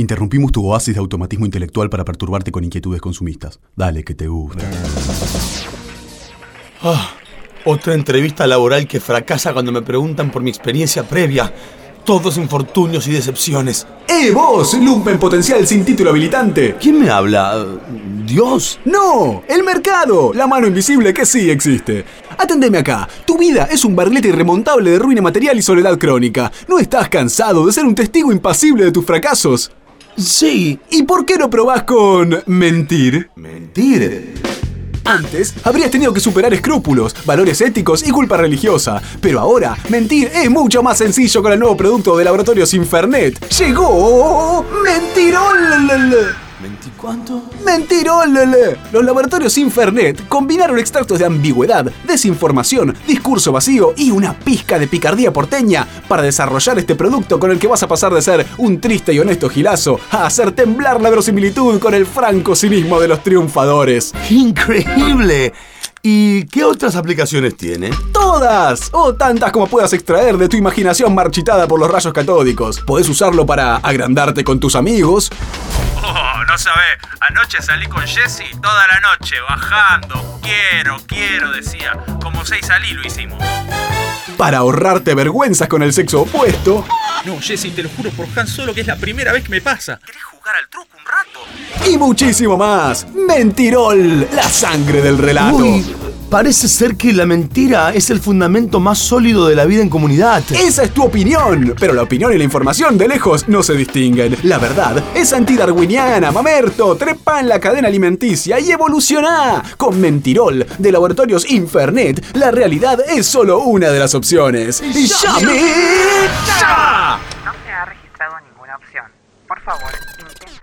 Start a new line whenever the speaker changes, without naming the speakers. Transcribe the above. Interrumpimos tu oasis de automatismo intelectual para perturbarte con inquietudes consumistas. Dale, que te gusta.
Ah, otra entrevista laboral que fracasa cuando me preguntan por mi experiencia previa. Todos infortunios y decepciones.
¡Eh, vos! Lumpen potencial sin título habilitante.
¿Quién me habla? ¿Dios?
¡No! ¡El mercado! La mano invisible que sí existe. Atendeme acá. Tu vida es un barlete irremontable de ruina material y soledad crónica. ¿No estás cansado de ser un testigo impasible de tus fracasos?
Sí.
¿Y por qué no probás con mentir?
¿Mentir?
Antes, habrías tenido que superar escrúpulos, valores éticos y culpa religiosa. Pero ahora, mentir es mucho más sencillo con el nuevo producto de Laboratorios Infernet. ¡Llegó! ¡Mentirol!
¿Mentí cuánto?
¡Mentirol! Los laboratorios Infernet combinaron extractos de ambigüedad, desinformación, discurso vacío y una pizca de picardía porteña para desarrollar este producto con el que vas a pasar de ser un triste y honesto gilazo a hacer temblar la verosimilitud con el franco cinismo de los triunfadores.
¡Increíble! ¿Y qué otras aplicaciones tiene?
¡Todas! O tantas como puedas extraer de tu imaginación marchitada por los rayos catódicos. Podés usarlo para agrandarte con tus amigos.
Oh, no sabés. Anoche salí con Jesse toda la noche, bajando. Quiero, quiero, decía. Como seis salí lo hicimos.
Para ahorrarte vergüenzas con el sexo opuesto.
No, Jesse, te lo juro por Han Solo que es la primera vez que me pasa. ¿Querés jugar al truco un rato?
Y muchísimo más. Mentirol, la sangre del relato. Uy.
Parece ser que la mentira es el fundamento más sólido de la vida en comunidad.
Esa es tu opinión, pero la opinión y la información de lejos no se distinguen. La verdad es antidarwiniana, mamerto, trepa en la cadena alimenticia y evolucioná. Con Mentirol de Laboratorios Infernet, la realidad es solo una de las opciones.
¡Y llame ya! No se ha registrado ninguna opción. Por favor, intenta.